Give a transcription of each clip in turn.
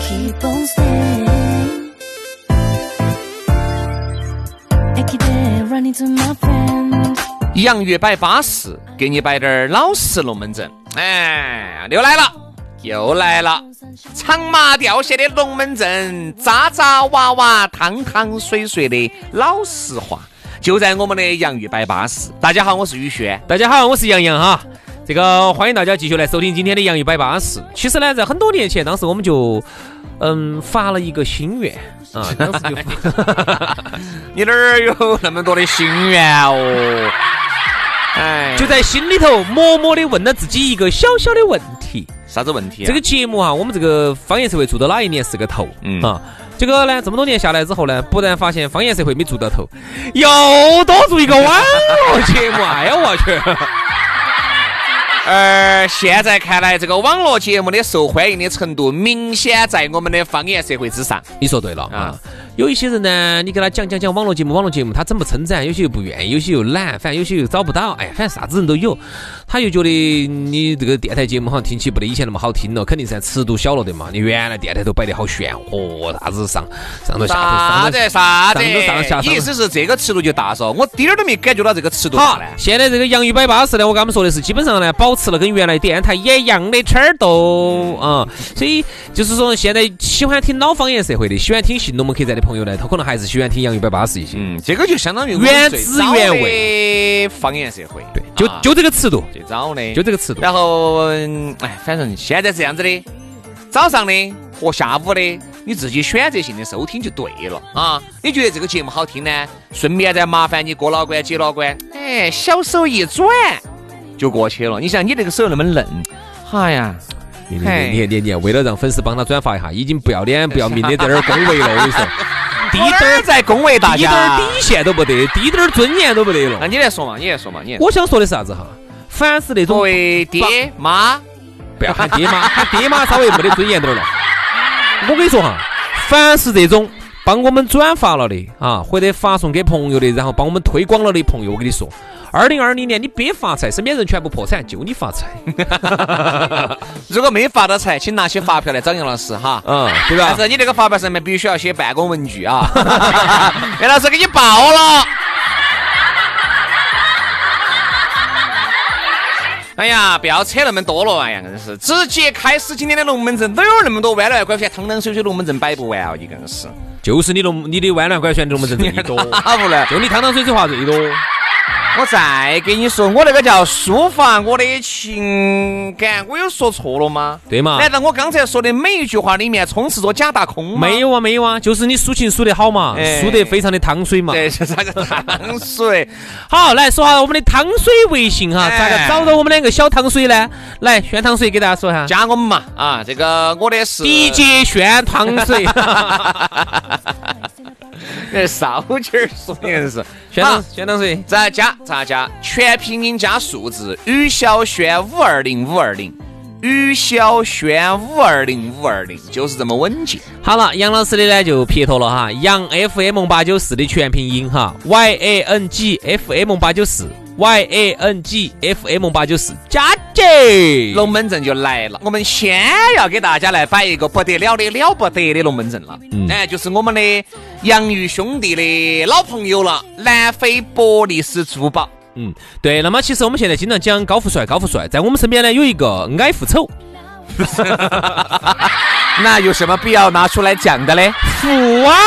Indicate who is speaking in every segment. Speaker 1: keep on staying. I keep on running to my friend.
Speaker 2: 洋芋摆巴适，给你摆点儿老实龙门阵。哎，又来了，又来了，长麻掉线的龙门阵，渣渣哇哇、汤汤水水的老实话，就在我们的洋芋摆巴适。大家好，我是宇轩。
Speaker 3: 大家好，我是杨洋哈。这个欢迎大家继续来收听今天的《洋芋摆巴士》。其实呢，在很多年前，当时我们就嗯发了一个心愿啊，当时就发
Speaker 2: 你哪儿有那么多的心愿哦？哎，
Speaker 3: 就在心里头默默的问了自己一个小小的问题。
Speaker 2: 啥子问题、啊？
Speaker 3: 这个节目啊，我们这个方言社会做到哪一年是个头？
Speaker 2: 嗯
Speaker 3: 啊，这个呢，这么多年下来之后呢，不但发现方言社会没做到头，又多做一个网络节目，哎呀我去！
Speaker 2: 而呃现在看来，这个网络节目的受欢迎的程度，明显在我们的方言社会之上。
Speaker 3: 你说对了啊
Speaker 2: 啊！
Speaker 3: 有一些人呢，你给他讲讲讲网络节目，网络节目他怎么称赞，有些又不愿意，有些又懒，反正有些又找不到，哎，反正啥子人都有，他又觉得你这个电台节目好像听起不得以前那么好听了，肯定是尺度小了的嘛。你原来电台都摆得好炫，哦，啥子上上头下
Speaker 2: 啥
Speaker 3: 头，上头
Speaker 2: 子啥子？
Speaker 3: 上头上下上头
Speaker 2: 你意思是这个尺度就大嗦？我滴点儿都没感觉到这个尺度大
Speaker 3: 好
Speaker 2: 呢。，
Speaker 3: 现在这个洋芋摆巴士呢，我跟他们说的是，基本上呢保持了跟原来电台一样的尺度啊，所以就是说现在喜欢听老方言社会的，喜欢听新龙门客栈的朋友呢，他可能还是喜欢听洋芋摆巴士一些。
Speaker 2: 嗯，这个就相当于
Speaker 3: 原汁原
Speaker 2: 味方言社会。
Speaker 3: 对，就
Speaker 2: 啊
Speaker 3: 就这个尺度，
Speaker 2: 最早的，
Speaker 3: 就这个尺度。
Speaker 2: 然后，嗯哎，反正现在是这样子的，早上的和下午的，你自己选择性的收听就对了啊。你觉得这个节目好听呢，顺便再麻烦你哥老倌、姐老倌，哎，小手一转就过去了。你想，你那个手那么嫩，哎呀，
Speaker 3: 你你你你你，为了让粉丝帮他转发一下，已经不要脸不要 命的在那儿恭维了，我跟你 说，
Speaker 2: 滴点儿在恭维大
Speaker 3: 滴点儿
Speaker 2: 家。
Speaker 3: 底线都不得，滴点儿尊严都不得
Speaker 2: 那
Speaker 3: 了。
Speaker 2: 啊你来说嘛，你来说嘛，你来说。
Speaker 3: 我想说的是啥子哈？凡是那
Speaker 2: 作
Speaker 3: 种
Speaker 2: 为爹妈，
Speaker 3: 不要喊爹妈， 喊爹妈稍微没得尊严点儿了。我跟你说哈，凡是这种帮我们转发了的啊，或者发送给朋友的，然后帮我们推广了的朋友，我跟你说，二零二零年你别发财，身边人全部破产，就你发 财，
Speaker 2: 如果没发到财，请拿起发票来找杨老师哈。
Speaker 3: 嗯，对吧
Speaker 2: 但？是你那个发票上面必须要写办公文具啊！袁老师给你报了。哎呀，不要扯那么多了，哎呀，真是直接开始今天的龙门阵，哪有那么多弯来拐去，汤汤水水龙门阵摆不完啊！一个人是，
Speaker 3: 就是你龙你的弯弯拐旋龙门阵最 多，
Speaker 2: 打不来。
Speaker 3: 就你汤汤水水话最多。
Speaker 2: 我再给你说，我那个叫抒发我的情感，我有说错了吗？
Speaker 3: 对嘛
Speaker 2: 难道我刚才说的每一句话里面充斥着假大空吗？
Speaker 3: 没有啊，没有啊，就是你抒情抒得好嘛，
Speaker 2: 哎
Speaker 3: 抒啊得非常的汤水嘛。
Speaker 2: 对， 是啥个糖 水？
Speaker 3: 好，来说下我们的汤水微信哈，
Speaker 2: 哎
Speaker 3: 咋个找到我们两个小汤水呢？来，宣汤水给大家说 一下。
Speaker 2: 加我们嘛啊！这个我的是
Speaker 3: DJ 宣汤 水，
Speaker 2: 呃 少气儿说的是
Speaker 3: 宣
Speaker 2: 啊
Speaker 3: 汤，宣汤水，
Speaker 2: 咋加咋加？全拼音加数字，于小轩五二零五二零，于小轩五二零五二零，就是这么稳健。
Speaker 3: 好了，杨老师的呢就撇脱了哈，杨 FM 八九四的全拼音哈，Y A N G F M 八九四，Y A N G F M 八九四，加姐。
Speaker 2: 龙门阵就来了，我们先要给大家来摆一个不得了的了不得的龙门阵了。
Speaker 3: 嗯
Speaker 2: 哎，就是我们的洋芋兄弟的老朋友了，南非伯利斯珠宝。
Speaker 3: 嗯，对。那么其实我们现在经常讲高富帅，高富帅，在我们身边呢有一个矮富丑，
Speaker 2: 那有什么必要拿出来讲的嘞？富啊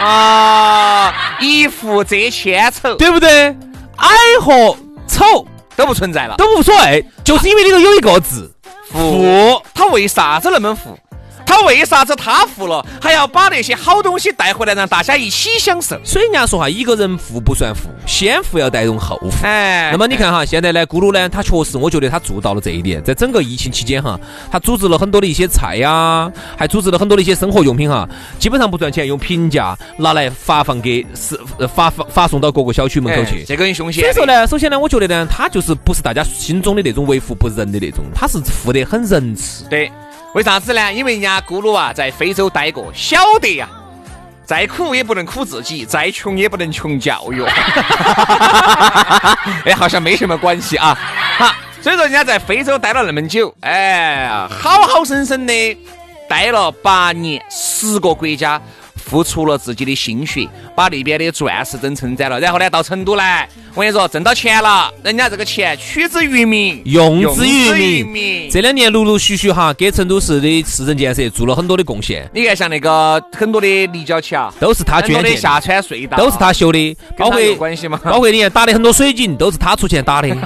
Speaker 2: 啊，一富遮千丑，
Speaker 3: 对不对？矮和丑
Speaker 2: 都不存在了。
Speaker 3: 都无所谓，就是因为里头有一个字
Speaker 2: 富，他为啥子那么富？他为啥子他富了，还要把那些好东西带回来，让大家一起享受？
Speaker 3: 所以人家说哈，一个人富不算富，先富要带动后富。
Speaker 2: 哎
Speaker 3: 那么你看哈，现在呢，咕噜呢，他确实，我觉得他做到了这一点。在整个疫情期间哈，他组织了很多的一些菜呀、还组织了很多的一些生活用品哈，基本上不赚钱，用平价拿来发放给是呃发发发送到各个小区门口去。
Speaker 2: 哎这个很凶险
Speaker 3: 所以。说呢，首先呢，我觉得呢，他就是不是大家心中的那种为富不仁的那种，他是富得很仁慈。
Speaker 2: 对，为啥子呢？因为人家咕噜啊在非洲待过，晓得呀、再苦也不能苦自己，再穷也不能穷教 育。哎，好像没什么关系啊。哈，所以说人家在非洲待了那么久，哎，好好生生的待了八年，十个国家。付出了自己的心血，把那边的钻石真称赞了，然后呢，到成都来，我跟你说，挣到钱了，人家这个钱取之于民，
Speaker 3: 用之
Speaker 2: 用
Speaker 3: 于
Speaker 2: 民
Speaker 3: 民。这两年陆陆续续哈，给成都市的市政建设做了很多的贡献，
Speaker 2: 你看，像那个很多的立交桥，
Speaker 3: 都是他
Speaker 2: 很多
Speaker 3: 捐
Speaker 2: 的
Speaker 3: 建的，
Speaker 2: 下川隧道，
Speaker 3: 都是他修的，
Speaker 2: 跟
Speaker 3: 包
Speaker 2: 他
Speaker 3: 括
Speaker 2: 有关系吗？
Speaker 3: 包括你看打的很多水井都是他出钱打的。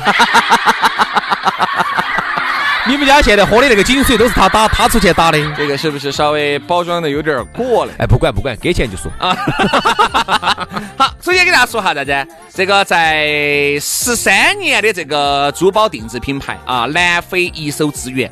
Speaker 3: 你们家现在喝的那个井水都是他打，他出钱打的。
Speaker 2: 这个是不是稍微包装的有点儿过了？
Speaker 3: 哎，不管不管，给钱就说。
Speaker 2: 好，首先给大家说哈啥子？这个在十三年的这个珠宝定制品牌啊，南非一手资源，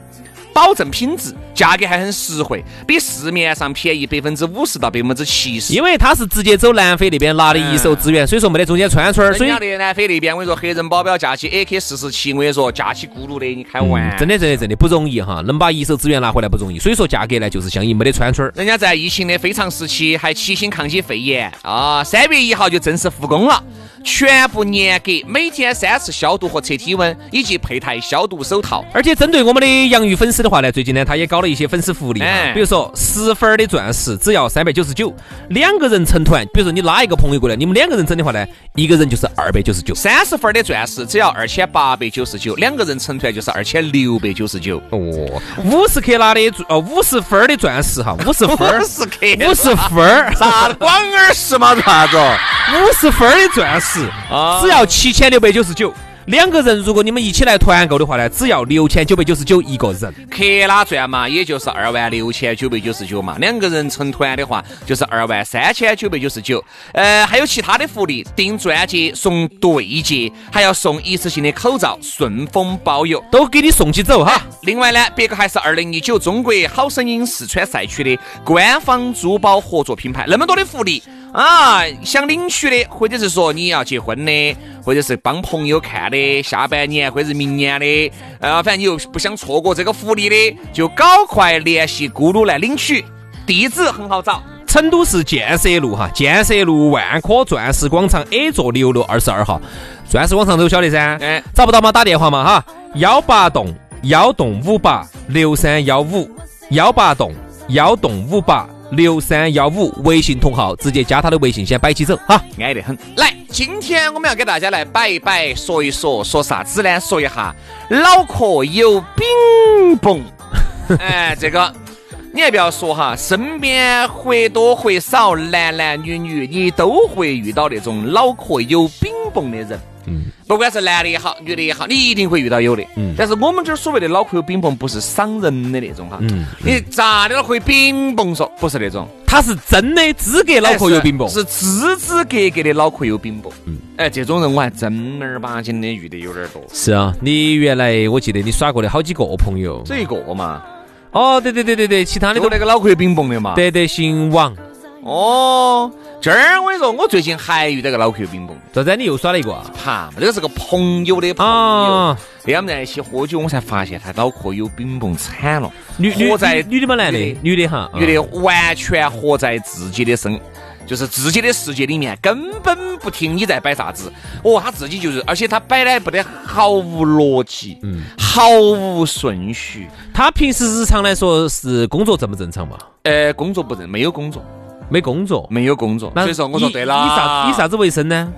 Speaker 2: 保证品质，价格还很实惠，比市面上便宜百分之五十到百分之七十。
Speaker 3: 因为他是直接走南非那边拿的一手资源，所以说没得中间穿串儿，所
Speaker 2: 人
Speaker 3: 以
Speaker 2: 家的南非那边，我跟你说，黑人保镖架起 AK 四十七，我跟你说，架起咕噜的，你开玩
Speaker 3: 嗯真的真的真的不容易哈，能把一手资源拿回来不容易，所以说价格呢就是相应没得穿串儿。
Speaker 2: 人家在疫情的非常时期还齐心抗击肺炎啊！三月一号就正式复工了，全部严格，每天三次消毒和测体温，以及佩戴消毒手套。
Speaker 3: 而且针对我们的洋芋粉丝的话呢，最近呢，他也搞了一些粉丝福利
Speaker 2: 哎
Speaker 3: 哈，比如说十分儿的钻石只要三百九十九，两个人成团，比如说你拉一个朋友过来，你们两个人整的话呢，一个人就是二百九十九。
Speaker 2: 三十分的钻石只要二千八百九十九，两个人成团就是二千六百九十九。，
Speaker 3: 哦，五十克拉的钻哦，五十分儿的钻石哈，五十分儿
Speaker 2: 十 克，
Speaker 3: 五十分儿，
Speaker 2: 啥子光耳石嘛？啥子？
Speaker 3: 五十分儿的钻石
Speaker 2: 啊
Speaker 3: 只要七千六百九十九。两个人，如果你们一起来团购的话呢，只要六千九百九十九一个人。
Speaker 2: 克拉钻嘛，也就是二万六千九百九十九嘛，两个人成团的话就是二万三千九百九十九。呃，还有其他的福利，订钻戒送对戒，还要送一次性的口罩，顺丰包邮。
Speaker 3: 都给你送起走哈。
Speaker 2: 另外呢，别个还是二零一九中国好声音四川赛区的官方珠宝合作品牌，那么多的福利啊！想领取的，或者是说你要结婚的，或者是帮朋友看的，下半年或者是明年的，呃，反正你又不想错过这个福利的，就赶快联系咕噜来领取，地址很好找。
Speaker 3: 成都市建设路哈，建设路万科钻石广场 A 座六楼二十二号，钻石广场都晓得噻。
Speaker 2: 哎
Speaker 3: 找不到吗？打电话嘛哈，幺八栋幺栋五八六三幺五，幺八栋幺栋五八六三幺五，微信同号直接加他的微信，先摆起走哈。
Speaker 2: 安得很。来，今天我们要给大家来摆一摆，说一说，说啥子呢？说一下脑壳有冰 崩。哎，这个你还不要说哈，身边或多或少，男男女女，你都会遇到那种脑壳有冰崩的人。
Speaker 3: 嗯，
Speaker 2: 不管是男的也好，女的也好，你一定会遇到有的。
Speaker 3: 嗯
Speaker 2: 但是我们这儿所谓的脑壳有冰崩，不是伤人的那种哈。
Speaker 3: 嗯
Speaker 2: 你咋的脑壳有冰崩说，不是那种。
Speaker 3: 他是真的资格脑壳有冰崩，
Speaker 2: 哎是支支格格的脑壳有冰崩。
Speaker 3: 嗯
Speaker 2: 哎，这种人我还真儿八经的遇得有点多，
Speaker 3: 是啊，你原来我记得你耍过的好几个朋友，
Speaker 2: 这一个嘛，
Speaker 3: 哦，对对对对对，其他的
Speaker 2: 有
Speaker 3: 都
Speaker 2: 那个脑壳有冰崩的嘛。
Speaker 3: 德德行网，
Speaker 2: 哦，今儿我跟你说，我最近还遇到个脑壳有冰崩的，
Speaker 3: 咋子？你又耍了一个啊？
Speaker 2: 哈，这个是个朋友的朋友
Speaker 3: 啊，
Speaker 2: 那我们在一起喝酒，我才发现他脑壳有冰崩惨了，
Speaker 3: 女女
Speaker 2: 活在
Speaker 3: 女的嘛，男的
Speaker 2: 女的，
Speaker 3: 女的哈，啊
Speaker 2: 女的
Speaker 3: 嗯
Speaker 2: 完全活在自己的生。就是自己的世界里面根本不听你在摆啥子，哦，他自己就是，而且他摆的不得毫无逻辑，
Speaker 3: 嗯
Speaker 2: 毫无顺序，
Speaker 3: 嗯，她平时日常来说是工作正不正常嘛？
Speaker 2: 呃，工作不正，没有工作，
Speaker 3: 没工作，
Speaker 2: 没有工作。所以说，我说对了。
Speaker 3: 以以啥以啥？子为生呢？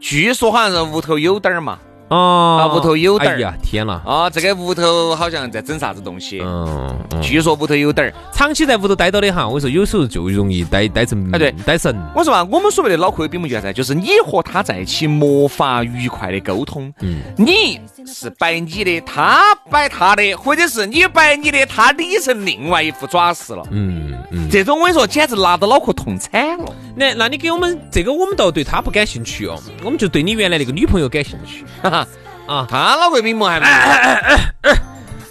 Speaker 2: 据说好像是屋头有点儿嘛，
Speaker 3: 啊
Speaker 2: 啊屋头有点儿
Speaker 3: 哎呀，天呐！
Speaker 2: 啊，这个屋头好像在整啥子东西，
Speaker 3: 嗯，嗯
Speaker 2: 据说屋头有点儿。
Speaker 3: 长期在屋头待到的哈，我跟你说有时候就容易呆呆成，
Speaker 2: 哎对
Speaker 3: 呆神。
Speaker 2: 我说嘛，我们所谓的脑壳有比目鱼噻，就是你和他在一起没法愉快的沟通。
Speaker 3: 嗯
Speaker 2: 你是摆你的，他摆他的，或者是你摆你的，他理成另外一副爪式了。
Speaker 3: 嗯嗯，
Speaker 2: 这种我跟你说，简直拿到脑壳痛惨了。
Speaker 3: 那那你给我们这个，我们倒对他不感兴趣哦，我们就对你原来那个女朋友感兴趣。
Speaker 2: 哈哈，
Speaker 3: 啊
Speaker 2: 他脑壳比我还慢，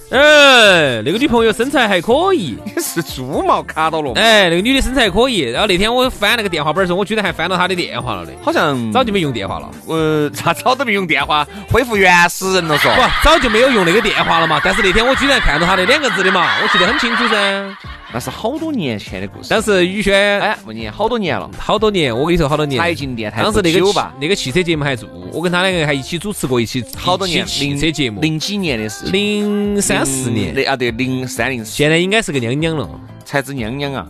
Speaker 3: 哎，那个女朋友身材还可以，
Speaker 2: 是猪毛卡到了吗。
Speaker 3: 哎，那个女的身材还可以。然后那天我翻那个电话本儿的时候，我居然还翻到她的电话了的，
Speaker 2: 好像
Speaker 3: 早就没用电话了，
Speaker 2: 呃，咋早都没用电话恢复原始人了嗦。
Speaker 3: 不，早就没有用那个电话了嘛。但是那天我居然看到她的两个字的嘛，我记得很清楚噻。
Speaker 2: 那是好多年前的故事。
Speaker 3: 但是宇轩，
Speaker 2: 哎，问你，好多年了，
Speaker 3: 好多年，我跟你说，好多年，
Speaker 2: 财经电台
Speaker 3: 当时那个
Speaker 2: 不久
Speaker 3: 汽
Speaker 2: 吧
Speaker 3: 那个汽车节目还做，我跟他两个还一起主持过一期
Speaker 2: 好多年，
Speaker 3: 一期
Speaker 2: 零
Speaker 3: 汽车节目，
Speaker 2: 零几年的事情，
Speaker 3: 零三四年，
Speaker 2: 零啊，对，零三零四，
Speaker 3: 现在应该是个娘娘了，
Speaker 2: 才子娘娘啊。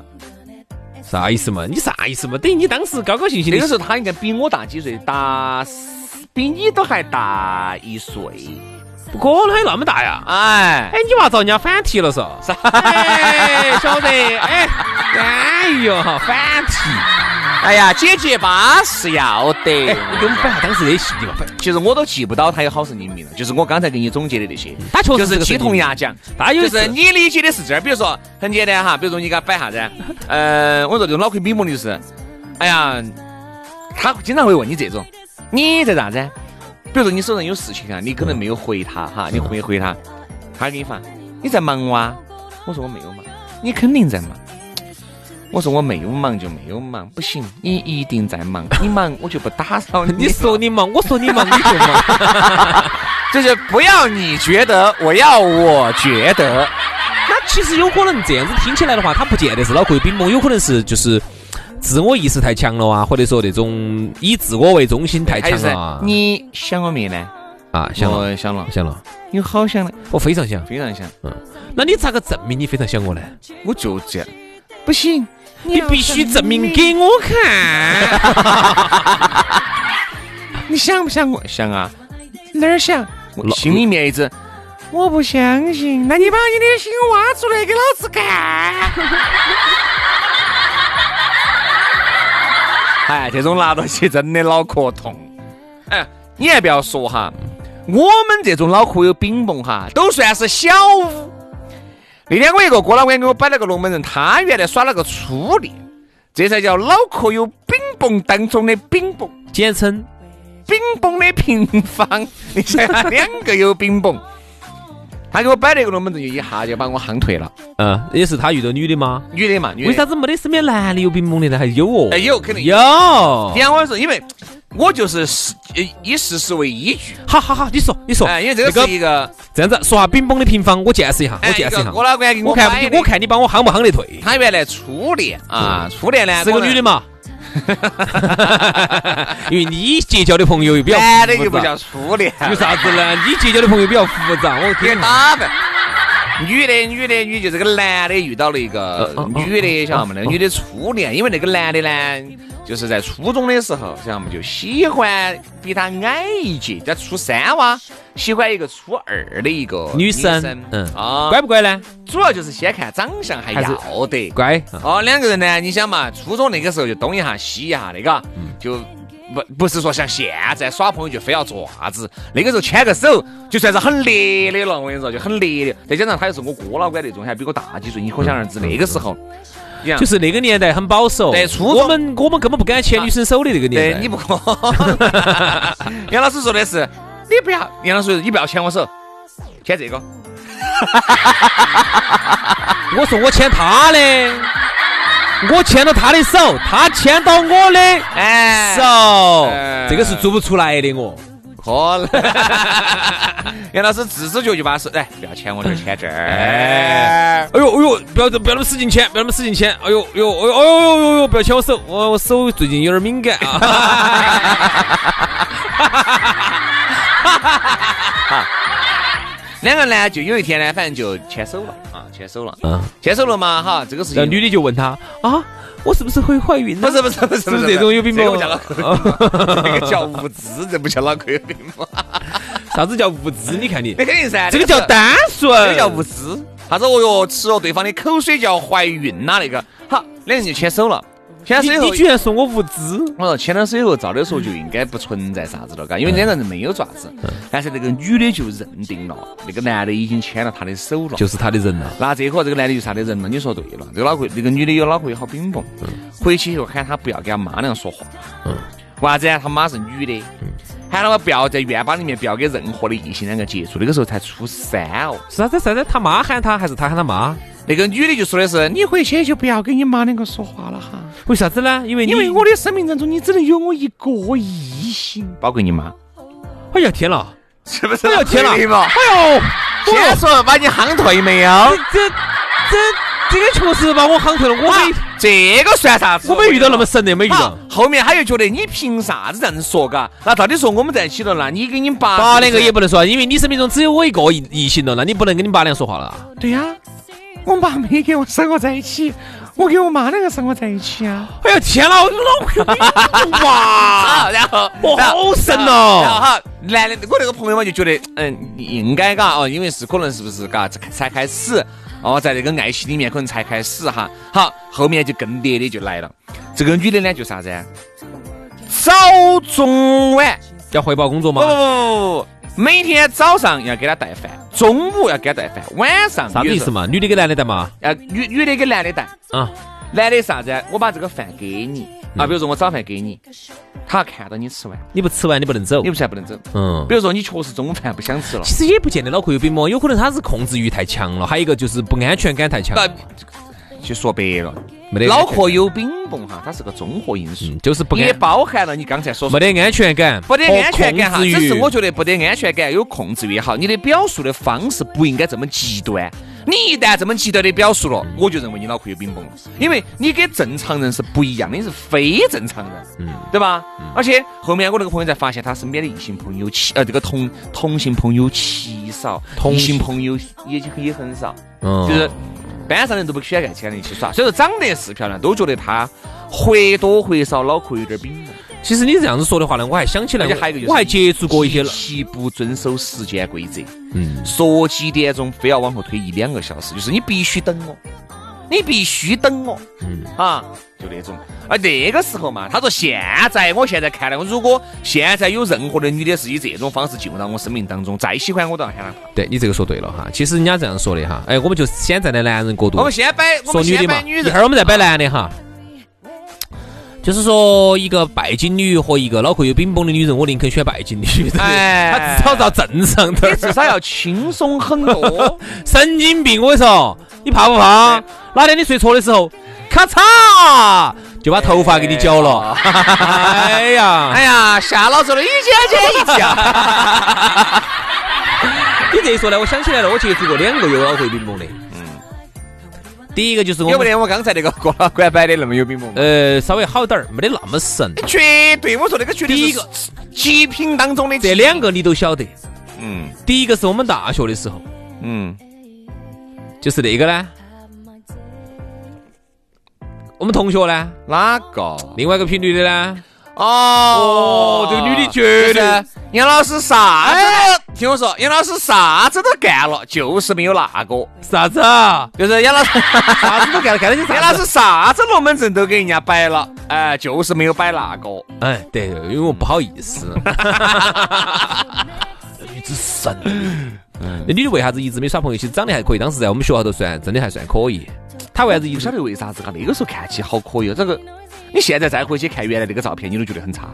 Speaker 3: 啥意思嘛？你啥意思嘛？等于你当时高高兴兴
Speaker 2: 那
Speaker 3: 的
Speaker 2: 个时候他应该比我大几岁，大四比你都还大一岁。
Speaker 3: 不可哦能有那么大呀！
Speaker 2: 哎，
Speaker 3: 哎，你娃遭人家反题了嗦？啥？哎，晓得？哎，哎呦哈，反 题！
Speaker 2: 哎呀，姐姐巴适要得
Speaker 3: 哎，你给我们摆下当时的戏嘛？摆
Speaker 2: 其实我都记不到他有好生英名了，就是我刚才给你总结的那些，
Speaker 3: 他确实
Speaker 2: 就是是
Speaker 3: 个
Speaker 2: 鸡同鸭讲。
Speaker 3: 他有一
Speaker 2: 就
Speaker 3: 次
Speaker 2: 是你理解的是这儿，比如说很简单哈，比如说你给他摆啥子？呃，我说这种脑壳比蒙的就是，哎呀，他经常会问你这种，你在咋子？比如说你手上有事情啊，你可能没有回他
Speaker 3: 嗯
Speaker 2: 哈，你回回他，他给你发，你在忙哇？我说我没有忙，你肯定在忙。我说我没有忙就没有忙，不行，你一定在忙，你忙我就不打扰你。
Speaker 3: 你说你忙，我说你忙，你就忙。
Speaker 2: 就是不要你觉得，我要我觉得。
Speaker 3: 那其实有可能这样子听起来的话，他不见得是脑壳有冰崩，有可能是就是自我意识太强了啊，或者说那种以自我为中心太
Speaker 2: 还有
Speaker 3: 强
Speaker 2: 是
Speaker 3: 了啊。
Speaker 2: 哎你想我没呢？
Speaker 3: 啊，想了
Speaker 2: 我想了，
Speaker 3: 想了，
Speaker 2: 有好想的，
Speaker 3: 我非常想。
Speaker 2: 非常想。
Speaker 3: 那你咋个证明你非常想我呢？
Speaker 2: 我就这样，不行，
Speaker 3: 你必须证明给我看。
Speaker 2: 你想不想我？想啊，哪儿想？我
Speaker 3: 老
Speaker 2: 心里面一直，我不相信。那你把你的心挖出来给老子看。 哎，这种拿到起真的脑壳痛。哎，你还不要说哈，我们这种脑壳有冰崩哈，都算是小巫。那天我一个哥老倌给我摆了个龙门阵，他原来耍了个初恋，这才叫脑壳有冰崩当中的冰崩。
Speaker 3: 简称
Speaker 2: 冰崩的平方，你想想两个有冰崩，他给我摆了一个龙门阵，就一下就把我夯退了。
Speaker 3: 呃，也是他遇到女的吗？
Speaker 2: 女的嘛，女的。
Speaker 3: 为啥？子没得身边男的有冰崩的呢？还有哦
Speaker 2: 哎，，有肯定有。
Speaker 3: 有。
Speaker 2: 你看我说，因为我就是事以事实为依据，
Speaker 3: 好好好，你说你说，
Speaker 2: 哎，因为这个是一个，
Speaker 3: 这样子说下冰崩的平方，我见识一下，我
Speaker 2: 哎
Speaker 3: 见识一下。
Speaker 2: 我老倌给
Speaker 3: 我看
Speaker 2: 看
Speaker 3: 不我看你把我夯不夯得退？
Speaker 2: 他原来初恋啊，初恋呢
Speaker 3: 是个女的
Speaker 2: 嘛，
Speaker 3: 嘛？因为你结交的朋友又比较
Speaker 2: 男的就不
Speaker 3: 复杂
Speaker 2: 叫初恋，
Speaker 3: 有啥子呢？你结交的朋友比较复杂，我
Speaker 2: 别
Speaker 3: 天哪！
Speaker 2: 打扮。女的，女的，女就这个男的遇到了一个
Speaker 3: 嗯哦哦哦
Speaker 2: 女的，晓得没？那个女的初恋，因为那个男的呢，就是在初中的时候，晓得没？就喜欢比他矮一截，在初三哇，喜欢一个初二的一个
Speaker 3: 女生
Speaker 2: 生，，
Speaker 3: 嗯
Speaker 2: 啊，
Speaker 3: 乖不乖呢？
Speaker 2: 主要就是先看长相还
Speaker 3: 还是
Speaker 2: 要得，
Speaker 3: 乖，
Speaker 2: 哦，两个人呢，你想嘛，初中那个时候就东一下西一下那个，就不不是说像现在耍朋友就非要做啥子，那个时候牵个手就算是很烈的了，我跟你说就很烈的，再加上他又是我哥老倌那种，还比我大几岁，你可想而知那个时候，你看
Speaker 3: 就是那个年代很保守，
Speaker 2: 对初中
Speaker 3: 我们我们根本不敢牵女生手的那个年
Speaker 2: 对
Speaker 3: 代。
Speaker 2: 你不可，杨老师说的是，你不要，杨老师说你不要牵我手，牵这个，
Speaker 3: 我说我牵她的，我牵了她的手，她牵到我的
Speaker 2: 哎，
Speaker 3: 手
Speaker 2: 哎，
Speaker 3: 这个是做不出来的我。
Speaker 2: 可能。杨老师自知觉就把手，哎，不要牵我，就牵这儿。
Speaker 3: 哎呦哎呦，不要不要那么使劲牵，不要那么使劲牵。哎呦哎呦哎呦哎呦哎呦哎呦，不要牵我手，我我手最近有点敏感啊。
Speaker 2: 两个人呢，就有一天呢，反正就牵手了啊，牵手了，
Speaker 3: 嗯，
Speaker 2: 牵手了嘛，哈，这个事
Speaker 3: 然后
Speaker 2: 情
Speaker 3: 女的就问他啊，我是不是会怀孕呢？
Speaker 2: 不是不是不是
Speaker 3: 是不是这种有病啊
Speaker 2: 这个
Speaker 3: 吗
Speaker 2: 不叫脑壳有病，这个叫无知，这不叫脑壳有病吗？
Speaker 3: 啥子叫无知？你看你
Speaker 2: 那，肯定噻，
Speaker 3: 哎这个叫
Speaker 2: 单，
Speaker 3: 单纯，
Speaker 2: 这个叫无知。啥子哦哟，吃了对方的口水叫怀孕呐、那个，好，两人就牵手了。牵手
Speaker 3: 你
Speaker 2: 以后
Speaker 3: 你，居然说我无知，
Speaker 2: 我说牵了手以后，照理说就应该不存在啥子了，嘎，因为两个人没有爪子。
Speaker 3: 嗯
Speaker 2: 但是那个女的就认定了，那个男的已经牵了她的手了。
Speaker 3: 就是他的人了。
Speaker 2: 那这会儿这个男的就是他的人了，你说对了。这个脑壳，这个女的有脑壳有好冰崩，回去以后喊他不要跟他妈娘说话。为啥子呢？他妈是女的，喊他妈不要在院坝里面不要跟任何的异性两个接触。那个时候才初三哦。
Speaker 3: 是啥子啥子？他妈喊他还是他喊他妈？
Speaker 2: 那个女的就说的是，你回去就不要跟你妈两个说话了哈，
Speaker 3: 为啥子呢？因为你
Speaker 2: 因为我的生命当中你只能有我一个异性，包括你妈，
Speaker 3: 哎呀天呐，
Speaker 2: 是不是？
Speaker 3: 哎呦天哪
Speaker 2: 对嘛
Speaker 3: 哎呦，
Speaker 2: 先说把你夯退没有？
Speaker 3: 这这这个确实把我夯退了，我没
Speaker 2: 这个算啥子？
Speaker 3: 我没遇到那么神的，没遇
Speaker 2: 好
Speaker 3: 到。，
Speaker 2: 后面他又觉得你凭啥子这样子说嘎？那到底说我们在一起了，那你跟你爸
Speaker 3: 爸啊两个也不能说，因为你生命中只有我一个异异性了，那你不能跟你爸娘说话了。
Speaker 2: 对呀、我爸没跟我生活在一起，我跟我妈两个生活在一起啊。
Speaker 3: 哎呦天哪，我老哇！
Speaker 2: 好，然后
Speaker 3: 哇
Speaker 2: 然后
Speaker 3: 好神哦
Speaker 2: 然后哈，男的我那个朋友嘛就觉得，嗯，应该嘎哦，因为是可能是不是嘎才才开始哦，在那个爱情里面可能才开始哈。好，后面就更烈的就来了，这个女的呢就啥子啊？早中晚。
Speaker 3: 要汇报工作
Speaker 2: 不不
Speaker 3: 吗？
Speaker 2: 不不不，每天早上要给他带饭，中午要给他带饭，晚上
Speaker 3: 啥子意思
Speaker 2: 嘛？
Speaker 3: 嘛？女的给男的带嘛？
Speaker 2: 呃，女女的给男的带，
Speaker 3: 啊，嗯
Speaker 2: 男的啥子啊？我把这个饭给你啊，比如说我早饭给你，他看到你吃完，
Speaker 3: 你不吃完你不能走
Speaker 2: 你。不是还不能走？
Speaker 3: 嗯
Speaker 2: 比，如说你确实中午饭不想 吃了，
Speaker 3: 其实也不见得脑壳有病嘛，有可能他是控制欲太强了，还有一个就是不安全感太强
Speaker 2: 那
Speaker 3: 了，
Speaker 2: 就说白了，
Speaker 3: 没得
Speaker 2: 脑
Speaker 3: 安全
Speaker 2: 壳
Speaker 3: 感，
Speaker 2: 有冰崩哈，它是个综合因素，
Speaker 3: 嗯就是不
Speaker 2: 也
Speaker 3: 安，
Speaker 2: 包含了你刚才所说
Speaker 3: 没得安全感，哦
Speaker 2: 不得安全感哈，
Speaker 3: 和控制
Speaker 2: 只
Speaker 3: 欲
Speaker 2: 是我觉得不得安全感有控制欲也好，你的表述的方式不应该这么极端。你一旦这么极端的表述了，我就认为你脑壳有冰崩了，因为你跟正常人是不一样的，你是非正常人，嗯，对吧？而且后面我那个朋友才发现，他身边的异性朋友极呃这个同同性朋友极少，
Speaker 3: 同
Speaker 2: 异性朋友也也很少，
Speaker 3: 嗯
Speaker 2: 就是班上人都不喜欢跟其他人一起耍，虽然说长得是漂亮，都觉得他或多或少脑壳有点冰崩。
Speaker 3: 其实你这样子说的话呢，我还想起来
Speaker 2: 而且还有一个就，是
Speaker 3: 我还接触过一些了，
Speaker 2: 极不遵守时间规则，
Speaker 3: 嗯，
Speaker 2: 说几点钟非要往后推一两个小时，就是你必须等我，你必须等我，嗯啊，就那种。而那个时候嘛，他说现在，我现在看来，我如果现在有任何的女的是以这种方式进入到我生命当中，再喜欢我都要喊她。
Speaker 3: 对你这个说对了哈。其实人家这样说的哈，哎，我们就现在的男人过度
Speaker 2: 我，们先摆，我
Speaker 3: 说
Speaker 2: 们
Speaker 3: 女
Speaker 2: 先
Speaker 3: 的
Speaker 2: 摆
Speaker 3: 嘛，
Speaker 2: 女
Speaker 3: 一
Speaker 2: 人
Speaker 3: 会。儿我们再摆男的哈。就是说，一个拜金女和一个脑壳有冰崩的女人，我宁肯选拜金女。
Speaker 2: 哎
Speaker 3: 她至少到正常点
Speaker 2: 你
Speaker 3: 儿。
Speaker 2: 至少要轻松很 多，
Speaker 3: 神经病，我跟你说，你怕不怕
Speaker 2: 对？
Speaker 3: 哪天你睡错的时候，咔嚓就把头发给你绞了。哎 呀，
Speaker 2: 哎呀，吓老子了，一姐 姐一跳。
Speaker 3: 你这一说呢，我想起来了，我接触过两个有脑壳有冰崩的。嗯，第一个就是我
Speaker 2: 有没
Speaker 3: 们
Speaker 2: 得我刚才那个 过了关摆的那么有冰崩？
Speaker 3: 呃稍微好点儿，没得那么神。
Speaker 2: 绝对，我说那个绝对是
Speaker 3: 第一个
Speaker 2: 极品当中的
Speaker 3: 这两，个你都晓得。
Speaker 2: 嗯
Speaker 3: 第一个是我们大学的时候，
Speaker 2: 嗯，
Speaker 3: 就是那个呢，我们同学呢，
Speaker 2: 哪个？
Speaker 3: 另外一个频率的呢，
Speaker 2: 哦
Speaker 3: 哦这个女的绝对
Speaker 2: 就是杨老师啥子都听我说，杨老师啥子都干了，就是没有那个，
Speaker 3: 啥子啊？
Speaker 2: 就是杨老师，
Speaker 3: 啥子都干了，干了些
Speaker 2: 杨
Speaker 3: 啥
Speaker 2: 老
Speaker 3: 子？
Speaker 2: 师啥子龙门阵都给人家摆了，哎，就是没有摆那个。
Speaker 3: 哎，对，因为我不好意思。 一只神，嗯那女的为啥子一直没耍朋友？其实长得还可以，当时在我们学校头算真的还算可以。她为啥子一
Speaker 2: 不
Speaker 3: 直
Speaker 2: 晓？得为啥子啊，那个时候看起好可以，哦，这个你现在再回去看原来那个照片，你都觉得很差。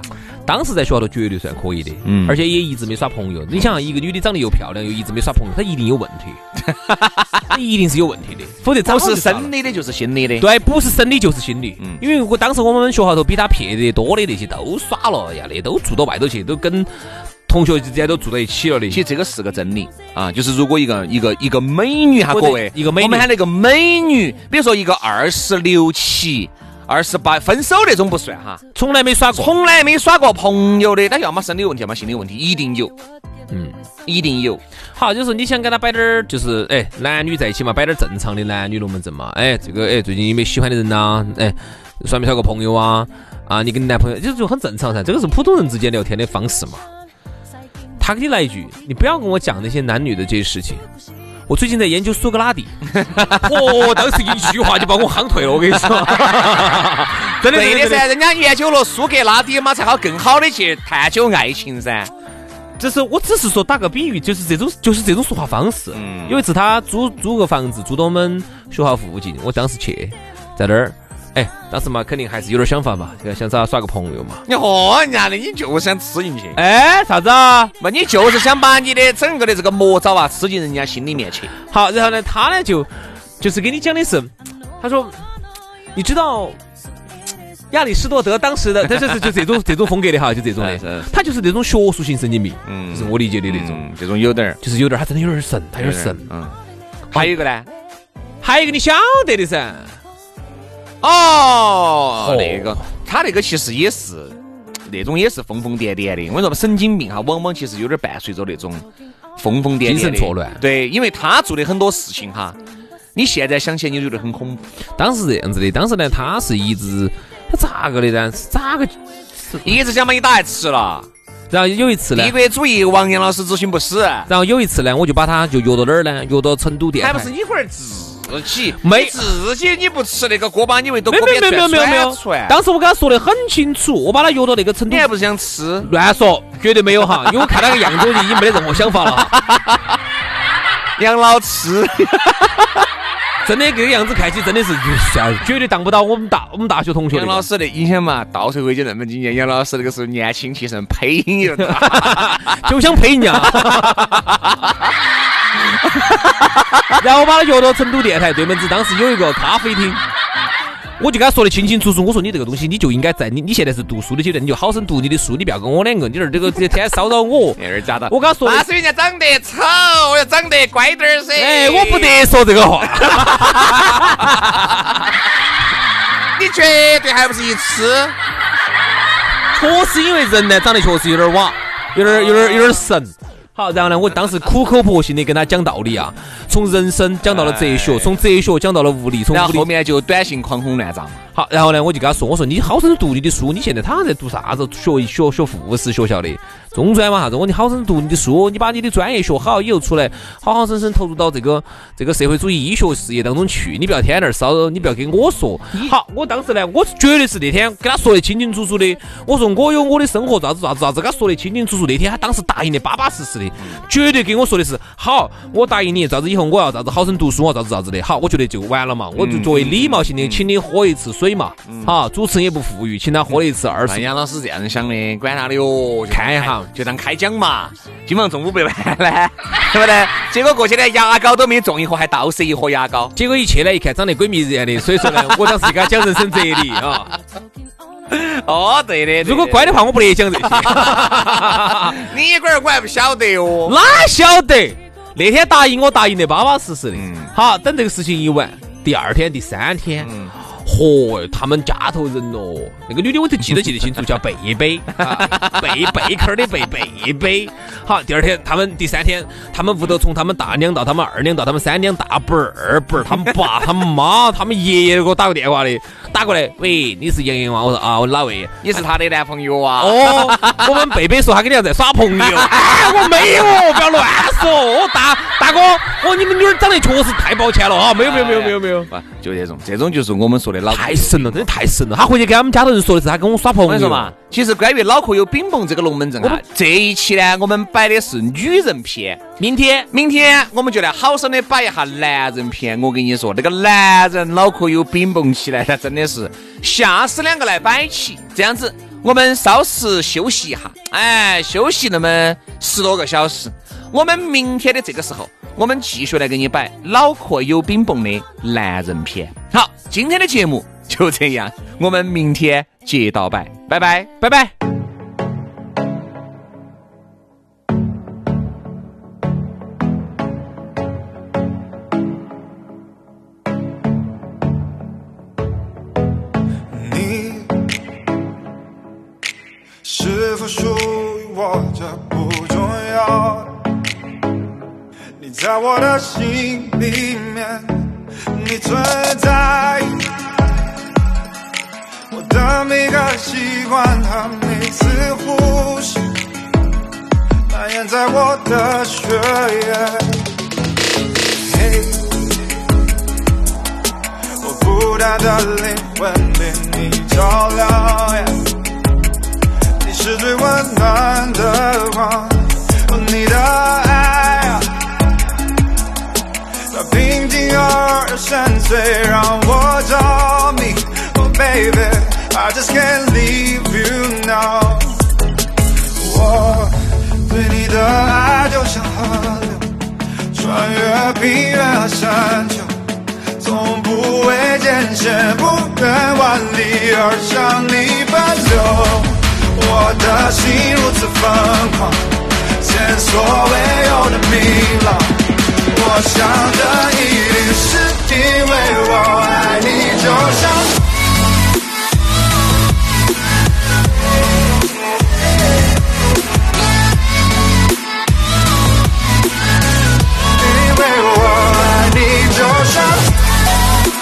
Speaker 3: 当时在学校头绝对算可以的，
Speaker 2: 嗯
Speaker 3: 而且也一直没耍朋友。你想，一个女的长得又漂亮，又一直没耍朋友，她一定有问题， 她一定是有问题的，否则早
Speaker 2: 不
Speaker 3: 就是散了
Speaker 2: 生理的，就是心理的。
Speaker 3: 对，不是生理就是心理。
Speaker 2: 嗯
Speaker 3: 因为我当时我们学校头比他撇得多的那些都耍了哎呀，那都住到外头去，都跟同学之间都住到一起了的。
Speaker 2: 其实这个是个真理啊，就是如果一个一个一个美女哈，
Speaker 3: 或
Speaker 2: 各
Speaker 3: 者
Speaker 2: 位，
Speaker 3: 一个美女
Speaker 2: 我们喊那个美女，比如说一个二十六七、二十八分手那种不算哈，
Speaker 3: 从来没耍过，
Speaker 2: 从来没耍过朋友的，她要么生理问题，要么心理问题，一定有，
Speaker 3: 嗯，
Speaker 2: 一定有。
Speaker 3: 好，就是你想跟他摆点儿，就是哎，男女在一起嘛，摆点儿正常的男女龙门阵嘛。哎，这个哎，最近有没有喜欢的人呐、哎，耍没耍过朋友啊？啊，你跟你男朋友，这就很正常噻，这个是普通人之间聊天的方式嘛。他给你来一句，你不要跟我讲那些男女的这些事情。我最近在研究苏格拉底，哦，当时一句话就把我夯退了，我跟你说， 真的
Speaker 2: 对
Speaker 3: 真
Speaker 2: 的
Speaker 3: 真
Speaker 2: 噻，人家研究了苏格拉底嘛，才好更好的去探究爱情噻。
Speaker 3: 只是我只是说打个比喻，就是这种就是这种说话方式。
Speaker 2: 嗯
Speaker 3: 有一次他租租个房子，租到我们学校附近，我当时去，在那儿，哎，当时嘛肯定还是有点想法嘛，想找他耍个朋友嘛。
Speaker 2: 你和哦人家的，你就是想吃进去，
Speaker 3: 哎，啥子啊？
Speaker 2: 嘛，你就是想把你的整个的这个魔爪啊吃进人家心里面去。
Speaker 3: 好，然后呢，他呢就就是跟你讲的是，他说，你知道亚里士多德当时的，他就是就这种这种风格的哈，就这种
Speaker 2: 哎是
Speaker 3: 的，他就是那种学术型神经病，嗯，就是我理解的那种，
Speaker 2: 这种有点儿，
Speaker 3: 就是有点儿他真的有点儿神，他有点儿神。
Speaker 2: 嗯。还有一个呢？
Speaker 3: 还有一个你晓得的噻，
Speaker 2: 哦，那个，他那个其实也是那种也是疯疯癫癫的。我跟你说，神经病哈，往往其实有点伴随着那种疯疯癫癫的
Speaker 3: 精神错乱
Speaker 2: 对，因为他做的很多事情哈，你现在想起来你就觉得很恐怖。
Speaker 3: 当时这样子的，当时呢他是一直他咋个的呢？是咋个？
Speaker 2: 一直想把你打来吃了，
Speaker 3: 然后有一次呢
Speaker 2: 帝，国主义王阳老师执行不死，
Speaker 3: 然后有一次呢，我就把他就约到哪儿呢？约到成都电
Speaker 2: 还
Speaker 3: 台
Speaker 2: 不。是你龟儿自己？
Speaker 3: 没
Speaker 2: 你自己你不吃那个锅巴，你为都
Speaker 3: 没
Speaker 2: 锅
Speaker 3: 有
Speaker 2: 边
Speaker 3: 没有没有没有没有
Speaker 2: 窜，
Speaker 3: 当时我跟他说的很清楚，我把他约到那个成都
Speaker 2: 你还不是想吃？
Speaker 3: 乱说，绝对没有哈，因为我看那个样子，我就已经没得任何想法了哈。
Speaker 2: 养老吃，
Speaker 3: 真的这个样子看起，真的是就是绝对当不到我们大我们大学同学
Speaker 2: 杨
Speaker 3: 那
Speaker 2: 老
Speaker 3: 个。
Speaker 2: 师的你想嘛，倒退回去那么几年，杨老师那个时候年轻气盛，配音又 大，
Speaker 3: 就想配人家。然后我把他约到成都电台对门子，当时有一个咖啡厅。我就跟他说的清清楚楚，我说你这个东西你就应该在你你现在是读书的阶段，你就好生读你的书，你不要跟我两个，你这儿这个天天骚 扰我。
Speaker 2: 那是假的。
Speaker 3: 我跟他说的
Speaker 2: 那是人家长得丑，我要长得乖点儿噻。
Speaker 3: 哎，我不，得说这个话。
Speaker 2: 你绝对还不是一吃。
Speaker 3: 确实因为人呢长得确实有点儿瓦，有点儿有点儿有点儿神。好，然后呢，我当时苦口婆心的跟他讲道理啊，从人生讲到了哲学，从哲学讲到了物理，从
Speaker 2: 然后
Speaker 3: 物
Speaker 2: 后
Speaker 3: 理
Speaker 2: 面就短信狂轰乱炸嘛。
Speaker 3: 好，然后呢，我就跟他说，我说你好生读你的书，你现在他在读啥子？学学学护士学校的中专嘛啥子？我说你好生读你的书，你把你的专业学好，以后出来好好生生投入到这个这个社会主义医学事业当中去，你不要天天在那儿骚扰，你不要跟我说。好，我当时呢，我绝对是那天跟他说的清清楚楚的，我说我有我的生活，咋子咋子咋子，跟他说的清清楚楚。那天他当时答应的巴巴适适的，绝对跟我说的是好，我答应你，咋子以后我要咋子好生读书啊，咋子咋子的。好，我觉得就完了嘛，我就作为礼貌性的请你喝一次水嘛。好，主持人也不富裕，请他喝了一次二
Speaker 2: 那
Speaker 3: 十。
Speaker 2: 哎杨老师这样想的，管他的哟，就当
Speaker 3: 看一下
Speaker 2: 就当开讲嘛。今晚中午被完 呢，对不对？结果过去呢，牙膏都没中一盒，还倒射一盒牙膏。
Speaker 3: 结果一去呢，一看长得鬼迷日眼的，所以说呢，我当时就给他讲人生哲理啊。
Speaker 2: 哦，对的。对的
Speaker 3: 如果乖，的话，我不得讲这些。
Speaker 2: 你一龟儿我还不晓得哦。
Speaker 3: 哪晓得？那天答应我答应的巴巴适适的
Speaker 2: 嗯。
Speaker 3: 好，等这个事情一完，第二天、第三天，嚯，他们家头人哦，那个女的我就记得记得清楚，叫贝 贝，啊贝贝壳儿的贝贝贝。好，第二天他们第三天，他们屋头从他们大娘到他们二娘到他们三娘大伯儿二伯儿，他们爸他们妈他们爷爷给我打过电话的，打过来，喂，你是杨洋吗？我说啊，我哪位？
Speaker 2: 你是他的男朋友啊？
Speaker 3: 哦，我们贝贝说他跟人家在耍朋友。哎，我没有，不要乱说。我大大哥，我哦你们女儿长得确实太抱歉了啊！没有没有没有没有没有，
Speaker 2: 不，就这种，这种就是我们说的脑
Speaker 3: 太神了，真的太神了。他回去跟他们家头人说的是他跟我耍朋
Speaker 2: 我跟
Speaker 3: 友
Speaker 2: 你说嘛，，其实关于脑壳有冰崩这个龙门阵啊，这一期呢，我们摆的是女人篇。
Speaker 3: 明天
Speaker 2: 明天我们就来好生的摆一下男人篇。我跟你说，那个男人脑壳有冰崩起来，他真的是下死两个来摆起。这样子，我们稍事休息一下，哎，休息那么十多个小时。我们明天的这个时候，我们继续来给你摆脑壳有冰崩的男人篇。好，今天的节目就这样，我们明天接到摆，拜拜，拜拜。
Speaker 4: 你是否属于我，这不重要。你在我的心里面，你存在。我的每个习惯和每次呼吸，那粘在我的血液。嘿，我孤单的灵魂被你照亮，你是最温暖的光，你的爱，它平静而深邃，让我着迷。Oh baby, I just can't leave you now。我对你的爱就像河流，穿越平原和山丘，从不畏艰险，不远万里而向你奔流。我的心如此疯狂，前所未有的明朗。我想这一定是因为我爱你，就像。因为我爱你，就像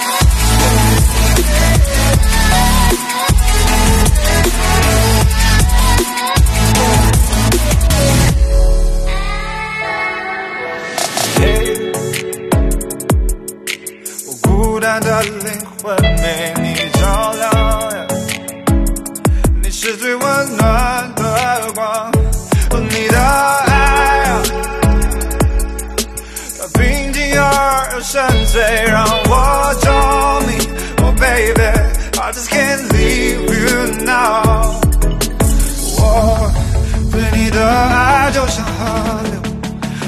Speaker 4: 我孤单的灵魂被你照亮，你是最温暖的光，你的爱。啊它平静而深邃，让我着迷。Oh baby, I just can't leave you now。我对你的爱就像河流，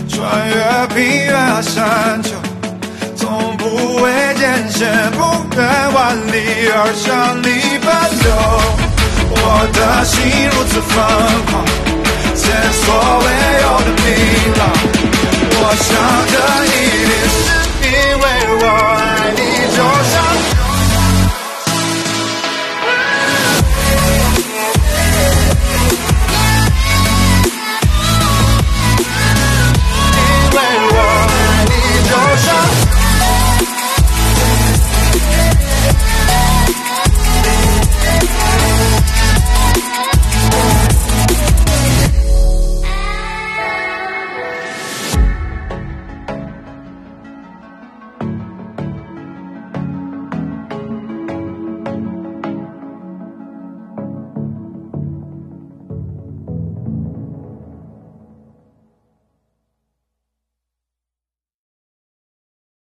Speaker 4: 穿越平原和山丘，从不畏艰险，不远万里而向你奔流。我的心如此疯狂。